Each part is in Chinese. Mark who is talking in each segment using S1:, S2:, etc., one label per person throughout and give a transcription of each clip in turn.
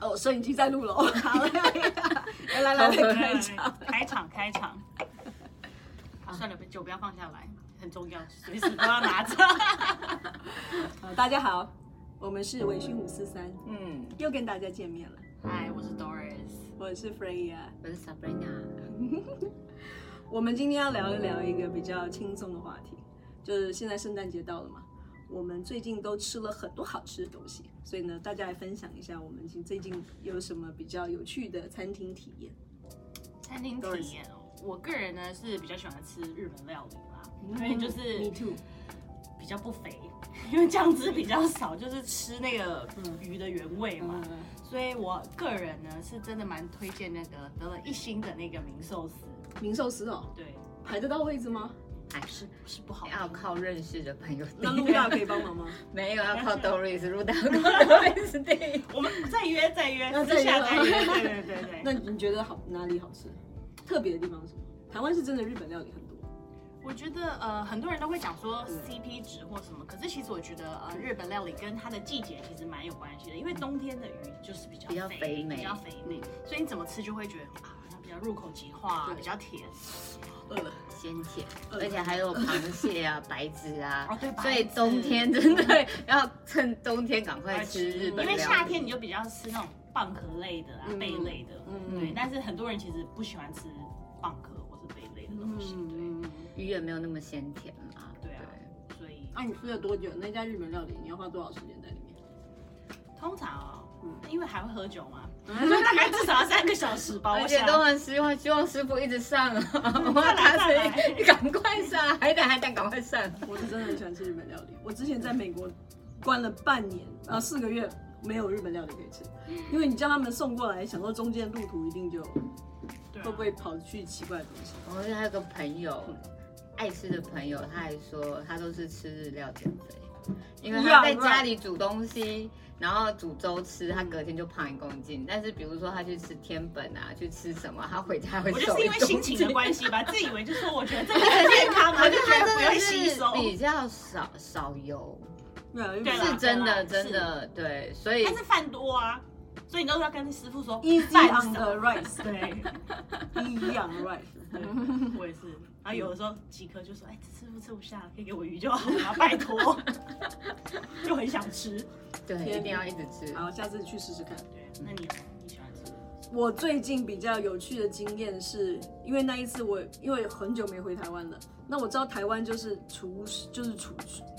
S1: 哦，声已经在录了哦。好来来来来，开场，
S2: 开场，开场。算了，酒不要放下来，很重要，随时都要拿 着。
S1: 大家好，我们是微醺五四三，
S2: 嗯，
S1: 又跟大家见面了。
S2: 嗨，我是 Doris，
S1: 我是 Freya，
S2: 我是 Sabrina。
S1: 我们今天要聊一聊一个比较轻松的话题，就是现在圣诞节到了嘛，我们最近都吃了很多好吃的东西，所以呢，大家来分享一下我们最近有什么比较有趣的餐厅体验。
S2: 餐厅体验哦，我个人呢是比较喜欢吃日本料理啦，因为就
S1: Me
S2: 是
S1: too，
S2: 比较不肥， 因为酱汁比较少，就是吃那个嗯鱼的原味嘛。所以我个人呢是真的蛮推荐那个得了一星的那个明寿司，
S1: 明寿司哦，
S2: 对，
S1: 排得到位置吗？
S3: 还
S2: 是
S3: 哎是
S2: 是不哎好
S3: 要靠认识的朋友订。
S1: 那陆大可以帮忙吗？
S3: 没有要靠 Doris，陆大靠 Doris 订。
S2: 我们再约再约，
S1: 那
S2: 私下
S1: 再
S2: 再
S1: 约
S2: 约，
S1: 吧
S2: 对对对 对。
S1: 那你觉得好哪里好吃？特别的地方是什么？台湾是真的日本料理很多，
S2: 我觉得呃，很多人都会讲说 CP 值或什么，可是其实我觉得呃，日本料理跟它的季节其实蛮有关系的，因为冬天的鱼就是比较
S3: 比较
S2: 肥
S3: 肥美
S2: 比较肥美，所以你怎么吃就会觉得啊，它比较入口即化，
S1: 对
S2: 比较甜。
S1: 饿了。
S3: 鲜甜，
S1: 嗯
S3: 而且还有螃蟹啊、白芷
S2: 哦
S3: 啊，
S2: 对白
S3: 所以
S2: 芷
S3: 冬天真的 要趁冬天赶快吃日
S2: 因
S3: 本料理
S2: 为夏天你就比较吃那种蚌壳类的啊、
S1: 嗯
S2: 贝类的，
S1: 嗯
S2: 对。但是很多人其实不喜欢吃蚌壳或是贝类的东西，
S1: 嗯，
S3: 鱼也没有那么鲜甜啦。
S2: 对啊对。所以
S1: 那、你吃了多久？那家日本料理你要花多少时间在里面？
S2: 通常啊
S1: 嗯，
S2: 因为还会喝酒嘛，所以大概至少要三个小时吧。
S3: 而
S2: 我
S3: 且
S2: 想嗯
S3: 都很希望，希望师傅一直上啊， 我
S2: 快来
S3: 要他
S2: 快来
S3: 你赶快上，还得还得赶快上。
S1: 我是真的很喜欢吃日本料理。我之前在美国关了半年，呃，四个月没有日本料理可以吃，因为你叫他们送过来，想说中间路途一定就会
S2: 对啊
S1: 不会跑去奇怪的东西。
S3: 我还有个朋友，爱吃的朋友，他还说他都是吃日料减肥，因为他
S2: 啊
S3: 在家里煮东西，然后煮粥吃，他隔天就胖一公斤。但是比如说他去吃天本啊，去吃什么，他回家会
S2: 我就
S3: 瘦
S2: 是
S3: 一
S2: 因为
S3: 公
S2: 心情的
S3: 斤。
S2: 关 系吧，自以为就说我觉得这个很健康，然后
S3: 可
S2: 就是觉
S3: 他
S2: 得不会吸
S3: 真
S2: 收
S3: 的。是比较少少油，
S1: 越来越
S2: 对啦
S3: 是
S2: 对
S3: 真的
S2: 啦啊
S3: 真的对，所以
S2: 但是饭多啊，所以你都是要跟师傅说
S1: easy
S2: 饭
S1: on
S2: 少。
S1: the rice，
S2: 对，
S1: easy on rice。
S2: 对我也是。然后有的时候几颗就说，哎，师傅吃不下，可以给我鱼就好了，啊拜托， 就很想吃。
S3: 对
S1: 天
S3: 一定要一直吃。
S1: 好，下次去试试看。
S2: 对，那你你喜欢吃？
S1: 我最近比较有趣的经验是，因为那一次我因为很久没回台湾了，那我知道台湾就是厨师就是厨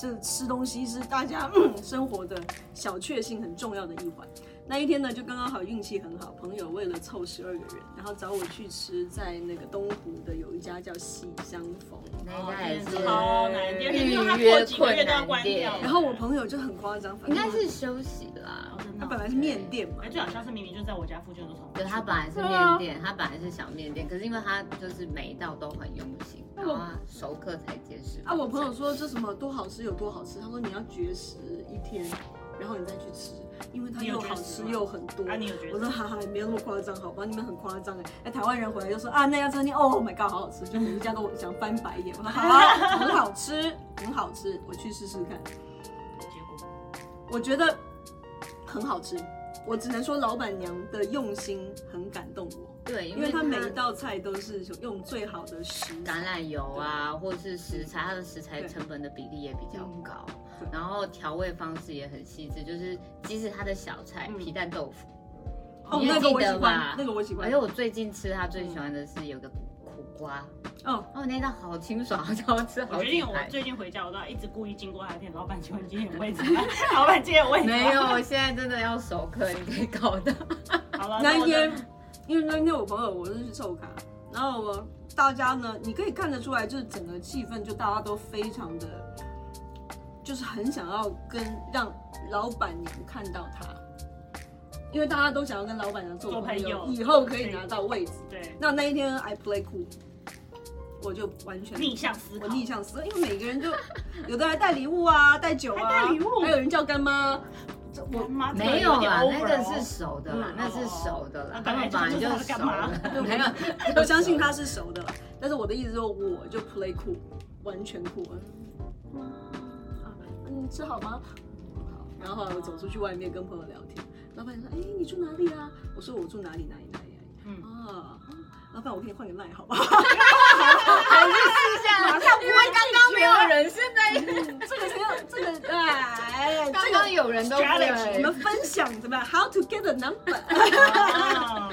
S1: 这吃东西是大家、嗯生活的小确幸很重要的一环。那一天呢，就刚刚好运气很好，朋友为了凑十二个人，然后找我去吃在那个东湖的有一家叫喜相逢，
S3: 那家也是
S2: 超难点，
S3: 预
S2: 因为它过
S3: 约
S2: 几个月
S3: 困
S2: 都要
S3: 难
S2: 关
S3: 点
S2: 掉了。。
S1: 然后我朋友就很夸张，反
S3: 应
S1: 正
S3: 该是休息
S2: 哦。
S3: 啦
S2: 真的
S1: 他
S2: 哦
S1: 本来是面店嘛
S2: 哎，，最好像是明明就在我家附近，我就从
S3: 对，它本来是
S1: 啊
S3: 面店，它本来是小面店，可是因为它就是每一道都很用心，然后它熟客才结识。
S1: 啊，我朋友说这什么多好吃有多好吃，他说你要绝食一天，然后你再去吃，因为它
S2: 你有
S1: 又
S2: 绝
S1: 好
S2: 食
S1: 吃
S2: 吗
S1: 又很多。
S2: 啊你有绝
S1: 我说哈哈，没有那么夸张，好吧？你们很夸张哎。哎，台湾人回来就说啊，那家餐厅，Oh my god，好好吃，就每一家都想翻白眼。我说好啊，很好吃，很好吃，我去试试看。
S2: 结果。
S1: 我觉得很好吃，我只能说老板娘的用心很感动我，
S3: 对，因
S1: 因为
S3: 为
S1: 她
S3: 它
S1: 每一道菜都是用最好的食
S3: 橄
S1: 材。
S3: 榄油啊，或者是食材，它的食材成本的比例也比较高
S1: 嗯对，
S3: 然后调味方式也很细致，就是即使它的小菜
S1: 嗯
S3: 皮蛋豆腐，
S1: 哦，
S3: 你也
S1: 那个
S3: 记
S1: 我喜
S3: 得
S1: 欢
S3: 吧，
S1: 那个我喜
S3: 而
S1: 欢嗯
S3: 且。我最近吃它最喜欢的是有个苦瓜，
S1: 哦，
S3: 哦，那道好清爽，好好吃，
S2: 我
S3: 好
S2: 决定，
S3: 解
S2: 我
S3: 嗨。
S2: 最近回家，我都要一直故意经过他的店。老板，请问今天有位置吗？ 老板，今天有位置吗？
S3: 没有，。我现在真的要熟客，你可以搞到。
S2: 好了，
S1: 那一
S2: 我就
S1: 天，因为那天我朋友我是去凑卡，然后我大家呢，你可以看得出来，就是整个气氛就大家都非常的，就是很想要跟让老板娘看到他，因为大家都想要跟老板娘做
S2: 做
S1: 朋
S2: 朋
S1: 友，
S2: 友
S1: 以后可以
S2: 对
S1: 拿到位置。
S2: 对
S1: 那那一天 I play cool，我就完全
S2: 逆向思考，
S1: 我逆向思考，因为每个人就有的还带礼物啊，带酒啊，
S2: 还带礼物
S1: 还有人叫干妈，
S2: 这我妈这个
S3: 没有
S2: 点
S3: 啦，那
S2: over
S3: 个
S2: 哦
S3: 是熟的啦
S1: 嗯，
S3: 那是熟的
S2: 哦
S3: 啦，他们本来
S2: 那本来就
S3: 就
S2: 知道他
S3: 熟
S2: 干嘛
S3: 了， 没有，
S1: 我相信他是熟的，但是我的意思说，我就 play cool，完全 cool。嗯，啊你吃好吗？好。然后后来我走出去外面跟朋友聊天，老板说，哎，你住哪里啊？我说我住哪里哪里哪里。哪里
S3: 嗯
S1: 啊，老板，我给你换个赖好 不好？
S3: 还是试一下，
S1: 马上不
S3: 因
S1: 会
S3: 为刚刚没有人，现在
S1: 这个没有，这个 哎，
S3: 刚
S1: 这
S3: 刚
S1: 个
S3: 有人都
S1: 我
S3: 对
S1: 们分享怎么样？How to get a number？
S2: 啊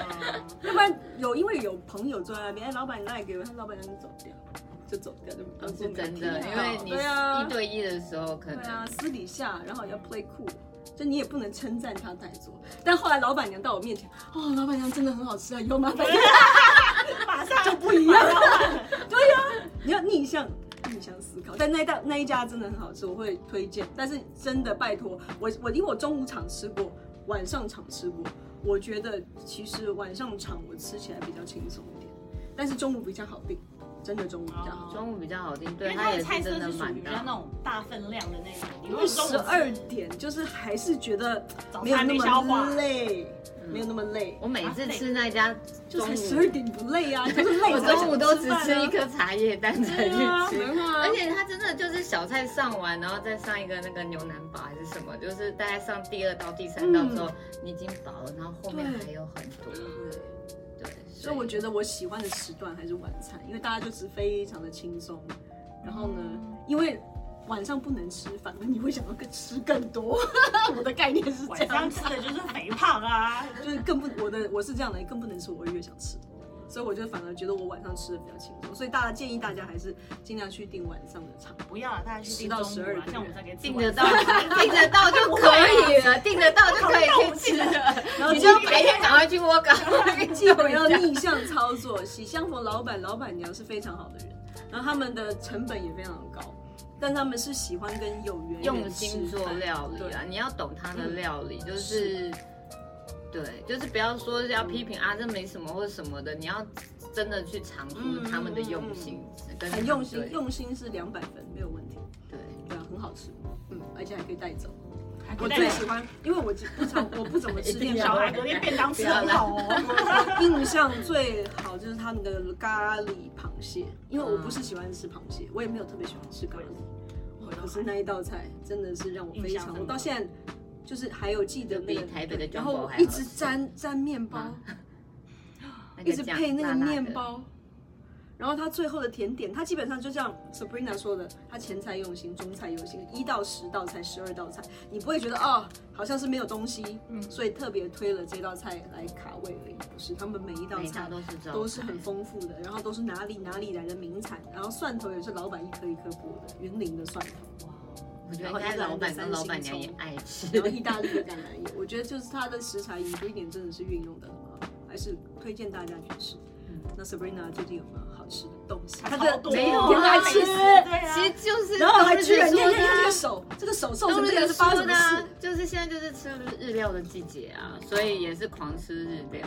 S1: 要不然有因为有朋友坐在那边，哎，老板你赖给我，他老板让你走掉，就走掉，就当作
S3: 哦是
S1: 没
S3: 真
S1: 听
S3: 的，
S1: 到
S3: 因为你
S1: 对啊
S3: 一对一的时候可
S1: 对啊
S3: 能，
S1: 私底下，然后也要 play cool，就你也不能称赞他太多。但后来老板娘到我面前，哦，老板娘真的很好吃啊，以后麻 烦你。
S2: 马上
S1: 就不一样，对呀、你要逆向逆向思考。但那一道那一家真的很好吃，我会推荐。但是真的拜托，我我因为我中午场吃过，晚上场吃过，我觉得其实晚上场我吃起来比较轻松一点，但是中午比较好定，真的中午比较好
S2: 哦
S1: 定。
S3: 中午比较好定，
S2: 因
S3: 对，
S2: 为
S3: 它
S2: 它
S3: 也
S2: 的菜
S3: 是
S2: 色
S3: 真的
S2: 是属
S3: 蛮
S2: 于比较
S3: 大
S2: 那。种大分量的那种，你
S1: 因
S2: 会
S1: 为
S2: 中午
S1: 十
S2: 吃
S1: 二点就是还是觉得
S2: 早
S1: 没有
S2: 餐
S1: 那
S2: 没消化嗯
S1: 么，累，没有那么累，
S3: 我每一次吃那家
S1: 就
S3: 中
S1: 才
S3: 午，
S1: 十二点你不累 啊，就是累。
S3: 我中午都只吃一
S1: 个，
S3: 颗茶叶蛋才去
S1: 啊对啊，
S3: 吃。
S1: 没办法啊
S3: 而且它真的就是小菜上完，然后再上一个那个牛腩煲还是什么，就是大概上第二道、第三道之后，你已经饱了，然后后面
S1: 对
S3: 还有很多。
S1: 对
S3: 对，
S1: 所以我觉得我喜欢的时段还是晚餐，因为大家就吃非常的轻松。然后呢，
S3: 嗯
S1: 因为晚上不能吃，反而你会想要更吃更 多。我的概念是这
S2: 晚上
S1: 样，
S2: 吃的就是肥胖啊。
S1: 就是更不我的我是这样的，更不能吃，我会越想吃。所以我就反而觉得我晚上吃的比较轻松，所以大家建议大家还是尽量去订晚上的场。
S2: 不要了，大家去订
S1: 10到
S2: 中
S1: 12
S2: 午啊
S1: 个，
S2: 像我
S1: 人
S2: 在给自己
S3: 订得到， 订得到就可以了，订得到就可以去吃了。
S1: 然后
S3: 你
S1: 记
S3: 就白天赶快去窝岗，
S1: 记 得要逆向操作。喜相逢老板、老板娘是非常好的人，然后他们的成本也非常高，但他们是喜欢跟有缘人
S3: 用心
S1: 吃
S3: 做
S1: 饭
S3: 料理啊，你要懂它的料理，就是。对，就是不要说要批评啊，这没什么或者什么的，你要真的去尝出他们的用心，跟
S1: 很用心
S3: 对，
S1: 用心是两百分，没有问题。
S3: 对，
S1: 对啊，很好吃，嗯，而且还可以带走。
S2: 还
S1: 我
S2: 不带
S1: 最喜欢，因为我不常我不怎么
S3: 一
S1: 吃
S3: 定
S1: 面
S3: 要
S2: 小
S1: 包
S2: 孩，隔天便当吃很好哦。
S1: 我印象最好就是他们的咖喱螃蟹，因为我不是喜欢吃螃蟹，我也没有特别喜欢吃咖喱，可是那一道菜真的是让我非
S2: 印
S1: 常，
S2: 象深刻
S1: 我到现在就是还有记得那
S3: 就
S1: 个
S3: 比台北的
S1: 然后
S3: Jumbo
S1: 我
S3: 还好
S1: 一直沾沾面包，
S3: 嗯那个
S1: 一直
S3: 酱
S1: 配那
S3: 辣
S1: 个
S3: 辣的
S1: 面包。然后它最后的甜点，它基本上就像 Sabrina 说的，它前菜用心，中菜用心，一到十道菜，十二道菜，你不会觉得哦，好像是没有东西，
S2: 嗯
S1: 所以特别推了这道菜来卡位而已，不是，他们每一道
S3: 每一道
S1: 菜
S3: 都是这样，
S1: 都是很丰富的，然后都是哪里哪里来的名产，然后蒜头也是老板一颗一颗剥的，云林的蒜头，
S3: 我觉得应该老板跟老板娘也爱吃
S1: 然后。意大利的橄榄叶，我觉得就是它的食材 ingredient 真的是运用的很好，还是推荐大家去吃。
S3: 嗯
S1: 那 Sabrina 最近有没有好吃的东西？
S2: 还
S1: 她
S2: 超
S1: 的
S2: 多
S3: 没有啊
S1: 原来
S2: 美
S1: 吃
S2: 食对啊
S3: 其实就是
S1: 然后还
S3: 都
S1: 居
S3: 是
S1: 然你看
S3: 说
S1: 你看这
S3: 的
S1: 个
S3: 啊。
S1: 手，这个手瘦
S3: 都
S1: 成
S3: 是
S1: 这样是发生什么
S3: 说的啊
S1: 事？，
S3: 就是现在就是吃日料的季节啊，所以也是狂吃日料。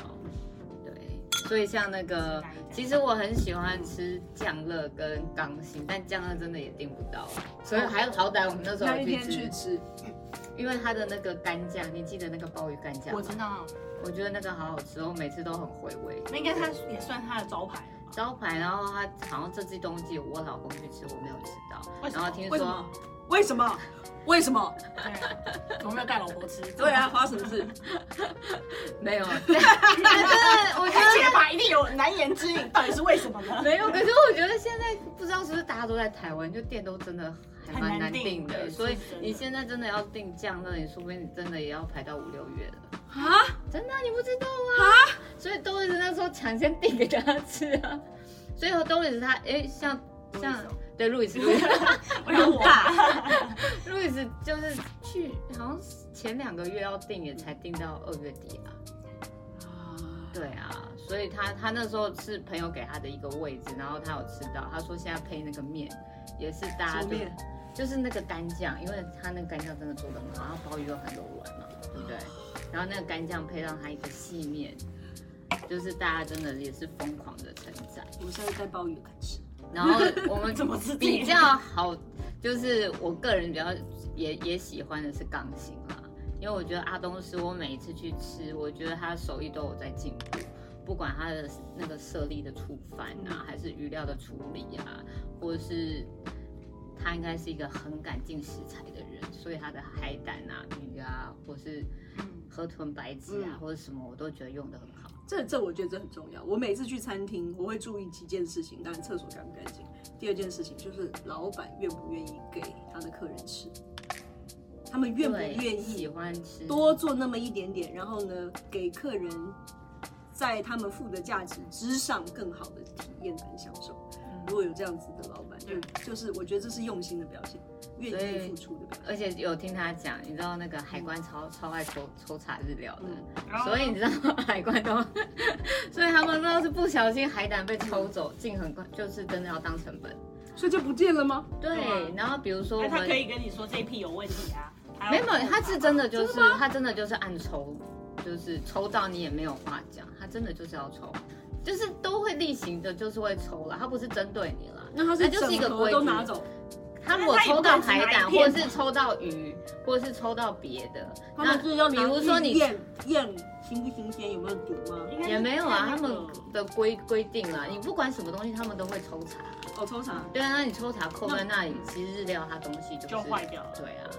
S3: 对，所以像那个，其实我很喜欢吃酱乐跟钢心，但酱乐真的也订不到，所以还好歹我们那时候
S1: 那
S3: 有
S1: 一天去
S3: 吃，
S1: 吃，
S3: 因为它的那个干酱，你记得那个鲍鱼干酱
S2: 我
S3: 吗？
S2: 知道，
S3: 我觉得那个好好吃，我每次都很回味。
S2: 那应该它也算它的招牌了吧。
S3: 招牌，然后他好像这季冬季我老公去吃，我没有吃到
S2: 为。什么
S3: 然后听
S1: 为什
S3: 说
S1: 么？为什么？为什么？
S2: 对，啊我没有带老婆吃。
S1: 对啊，，发生什么事？
S3: 没有， 但是我觉
S2: 这
S3: 得
S2: 个吧一定有难言之隐，到底是为什么呢？
S3: 没有。可是我觉得现在不知道是不是大家都在台湾，就店都真的还
S2: 很
S3: 蛮难
S2: 难
S3: 订
S2: 订
S3: 的，
S2: 对
S3: 所以
S2: 是真的
S3: 你现在真的要订酱那你说不定你真的也要排到五六月了。
S1: 啊？
S3: 真的啊、你不知道啊？所以都一直那时候抢先订给大家吃啊。 所以都一直他哎，像像对路易斯，哦
S2: 我想我
S1: 啊
S2: 大，
S3: 路易斯就是去好像前两个月要订，也才订到二月底啊。对啊，所以他他那时候是朋友给他的一个位置，然后他有吃到，他说现在配那个面也是大家
S1: 什么
S3: 就
S1: 面
S3: 就是那个干酱，因为他那个干酱真的做的很好，然后鲍鱼有很多碗嘛，对不对？然后那个干酱配上他一个细面，就是大家真的也是疯狂的称赞。
S1: 我们下次带鲍鱼来吃。
S3: 然 后我们
S2: 怎么吃定
S3: 比较好，就是我个人比较也也喜欢的是钢琴啦，因为我觉得阿东师，我每一次去吃，我觉得他手艺都有在进步，不管他的那
S1: 嗯
S3: 个设立的醋饭啊，还是鱼料的处理啊，或是他应该是一个很敢进食材的人，所以他的海胆啊、鱼啊，或是河豚白芷啊，
S1: 嗯
S3: 或者什么，我都觉得用的很好。
S1: 这这我觉得这很重要。我每次去餐厅，我会注意几件事情，当然厕所干不干净。第二件事情就是老板愿不愿意给他的客人吃，他们愿不
S3: 对
S1: 愿
S3: 喜
S1: 意
S3: 欢吃
S1: 多做那么一点点，然后呢，给客人在他们付的价值之上更好的体验跟享受。
S3: 嗯
S1: 如果有这样子的老板，就
S2: 对
S1: 就是我觉得这是用心的表现，愿意付出的表现。
S3: 而且有听他讲，你知道那个海关超、超爱抽抽查日料的，
S2: 然后
S3: 所以你知道海关都， 所以他们要是不小心海胆被抽走，进很快就是真的要当成本。
S1: 所以就不见了吗？
S3: 对，
S2: 啊
S3: 然后比如说我
S2: 那他
S3: 们
S2: 可以跟你说这一批有问题啊，
S3: 没有，他是真
S2: 的，
S3: 的就是他真的就是按抽，就是抽到你也没有话讲，他真的就是要抽，就是都会例行的，就是会抽了，他不是针对你啦。
S1: 那他是
S3: 哎就是一
S1: 整
S3: 个
S1: 盒
S3: 规
S1: 都
S3: 矩
S1: 拿走，
S3: 他如果
S2: 那他也
S3: 抽
S2: 不
S3: 到
S2: 会只拿
S3: 海胆，
S2: 一
S3: 或
S2: 片
S3: 是抽到鱼，或是抽到别的，
S1: 他们就是要
S3: 比
S1: 拿
S3: 如说你
S1: 验验新不新鲜，有没有毒吗？
S2: 应该是
S3: 也没有啊，他
S2: 看那
S3: 们
S2: 个
S3: 的规规定啦，你不管什么东西，他们都会抽查。
S1: 哦，抽查。
S3: 对啊，那你抽查扣在那里，其实日料它东西就是
S2: 就坏掉了。
S3: 对啊，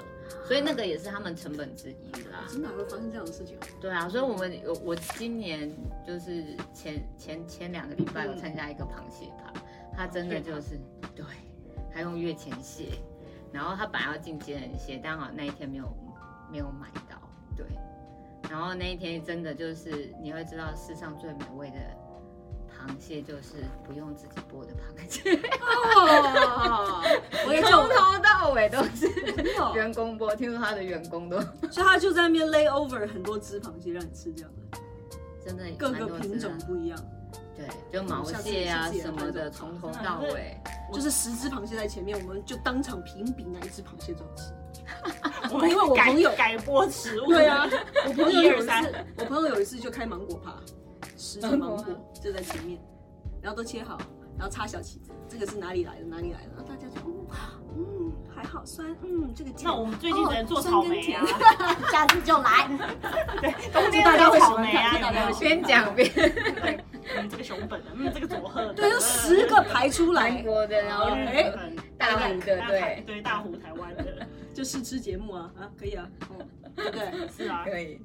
S3: 所以那个也是他们成本之一啦。
S1: 真的还会发生这样的事 情？
S3: 对啊，所以我们有我今年就是前前前两个礼
S1: 嗯
S3: 拜有参加一个螃蟹趴，他真的就是对，他用月前蟹，然后他本来要进接人蟹，但好那一天没有没有买到，对，然后那一天真的就是你会知道世上最美味的螃蟹就是不用自己剥的螃蟹，
S1: 哦，我也
S3: 从
S1: 叫我，
S3: 头到尾都是
S1: 真的哦
S3: 员工剥，听说他的员工都
S1: 所以他就在那边 lay over 很多只螃蟹让你吃，这样的
S3: 真的
S1: 各
S3: 蛮
S1: 个
S3: 多
S1: 品
S3: 只的
S1: 种嗯不一样，
S3: 对，就毛蟹啊什么的，从头
S1: 啊
S3: 到尾。
S1: 就是十只螃蟹在前面，我们就当场评比哪一只螃蟹最好吃。
S2: 我们
S1: 因为我
S2: 改
S1: 朋友
S2: 改播食物，
S1: 对啊，我朋友有一
S2: 一二
S1: 次
S2: 三，
S1: 我朋友有一次就开芒果趴，十个芒果就在前面，然后都切好，然后插小旗子，这个是哪里来的？哪里来的？然后大家就嗯嗯还好酸，嗯这个甜
S2: 那我们最近只能做草莓啊
S1: 哦酸跟，
S4: 下次就来。
S2: 冬天
S1: 大家会
S2: 做
S1: 喜欢
S2: 草莓啊，
S1: 看大家会喜
S3: 边讲边
S2: 对，嗯，这个熊本的，嗯，这个佐贺的，
S1: 对，就十个排出
S3: 韩
S1: 来，
S3: 国的，然后
S2: 然后
S3: 日
S2: 日
S1: 哎
S2: 本
S3: 大
S2: 嗯大
S3: 陆的，
S2: 台
S3: 对，
S2: 对大湖台湾的，
S1: 就试吃节目啊啊可以啊，嗯对不对。
S2: 是啊，
S3: 可以，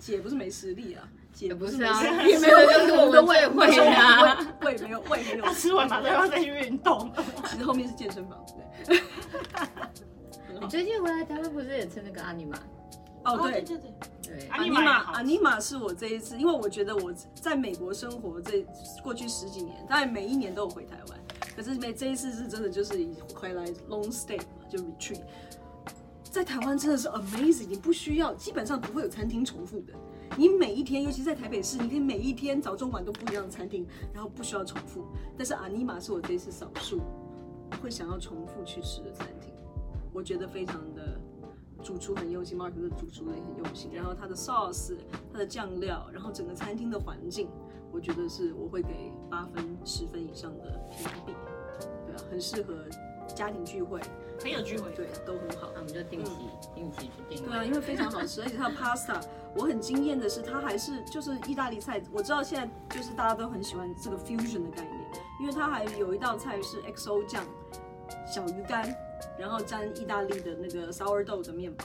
S1: 姐不是没实力啊，姐
S3: 也不是
S1: 没
S3: 啊
S1: 实力，
S3: 也没有就是我们最
S1: 胃
S3: 会啊，
S1: 胃没有胃没 有
S2: 他，吃完马上要再去运动，
S1: 其实后面是健身房，对，
S3: 你最近回来台湾不是也吃那个阿尼玛？
S1: 哦对。
S2: 对对，
S3: 对，
S1: 阿
S2: 阿尼
S1: 尼
S2: 玛也
S1: 玛，
S2: 好吃
S1: 阿尼玛是我这一次，因为我觉得我在美国生活这过去十几年，当然每一年都有回台湾，可是每这一次是真的就是回来 long stay 嘛，就 retreat，在台湾真的是 amazing，你不需要，基本上不会有餐厅重复的。你每一天，尤其在台北市，你可以每一天早中晚都不一样的餐厅，然后不需要重复。但是阿尼玛是我这一次少数会想要重复去吃的餐厅，我觉得非常的主厨很用心，Mark 的主厨也很用心，然后它的 sauce、它的酱料，然后整个餐厅的环境，我觉得是我会给八分、十分以上的评比，对啊，很适合家庭聚会，
S2: 很有聚会，
S1: 对，都很好。
S3: 那我们就定期定期去订
S1: 对。啊，因为非常 好吃，而且它的 pasta，我很惊艳的是，它还是就是意大利菜。我知道现在就是大家都很喜欢这个 fusion 的概念，因为它还有一道菜是 XO 酱小鱼干，然后沾意大利的那个 sourdough 的面包。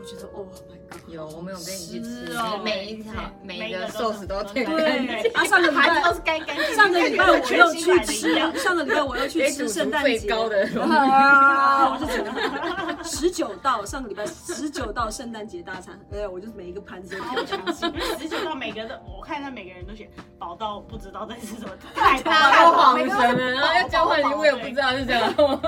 S1: 我觉得，Oh my god！
S3: 有，我们有跟你去
S1: 是
S3: 吃
S1: 哦，
S3: 每一条
S2: 对
S3: 每一个寿司都
S2: 每一
S3: 推
S2: 个
S1: 对
S2: 都
S3: 开。
S1: 啊，上个礼
S2: 盘都
S1: 拜
S2: 是干干净净，
S1: 上个礼拜我
S2: 全
S1: 又
S2: 新买
S1: 去
S2: 的一样
S1: 吃，上个礼拜我又去
S3: 给
S1: 吃
S3: 主
S1: 圣
S3: 厨
S1: 诞
S3: 最
S1: 节
S3: 高的荣誉，
S1: 啊！我就觉得 十九道上个礼拜十九道圣诞节大餐，哎呀，我就每一个盘子 都
S2: 超
S1: 挑
S2: 强
S1: 上去。
S2: 十九到每个人，我看他每个人都写饱到不知道在吃什么，太饱
S3: 大家都
S2: 了，
S3: 晃神了，然后 要交换礼物也不知道是怎么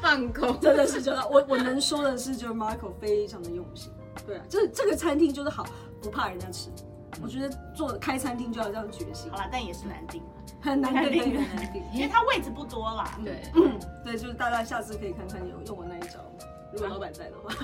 S3: 放空。
S1: 真的是觉得我我能说的是，就是 Marco 非常的用心。对啊，就是这个餐厅就是好，不怕人家吃。
S3: 嗯
S1: 我觉得做开餐厅就要这样决心
S2: 好，啦，但也是难定，
S1: 很难对对很难定。
S2: 因为它位置不啊多啦。
S3: 对，
S1: 对，就是大家下次可以看看有用我那一招，如果老板在的 话。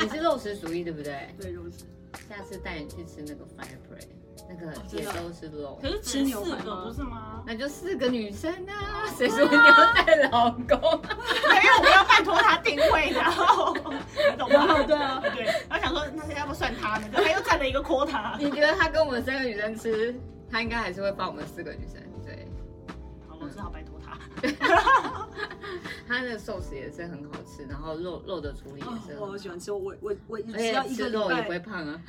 S3: 你是肉食主义对不对？
S1: 对，Rose，
S3: 下次带你去吃那个 fire play，那个
S1: 真
S3: 也
S1: 的
S3: 都是肉。
S2: 可是
S1: 吃
S2: 只
S1: 牛
S2: 四
S1: 排
S2: 个
S1: 吗
S2: 不是吗？
S3: 那就四个女生啊，谁说你要带老公？啊
S2: 因为我们要拜托他定位，然后你懂
S1: 然后
S2: 吗？
S1: 对啊，
S2: 对，然后想说那要不算他呢？可他又占了一个 quota。
S3: 你觉得他跟我们三个女生吃，他应该还是会帮我们四个女生？对，
S2: 好，我只好拜托他。
S3: 它的寿司也是很好吃，然后肉肉的处理也
S1: 哦
S3: 是很
S1: 我
S3: 好
S1: 好喜欢吃，我我我只要
S3: 而且
S1: 一个
S3: 吃
S1: 礼
S3: 肉也不
S1: 拜，
S3: 会胖啊。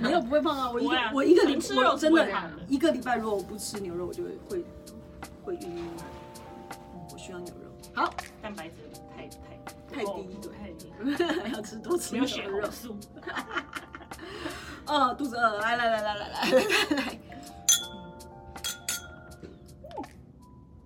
S1: 没有不会胖啊，我一
S2: 不
S1: 个
S2: 会啊
S1: 我一个礼
S2: 纯吃肉
S1: 我真
S2: 不会
S1: 的
S2: 胖的
S1: 一个礼拜如果我不吃牛肉，我就会会会晕，嗯我需要牛肉， 好，
S2: 蛋白质太太
S1: 太低对
S2: 太低，
S1: 要吃多吃
S2: 没
S1: 牛
S2: 有血
S1: 肉
S2: 红。素。
S1: 哦，肚子饿了，来来来来来来来来，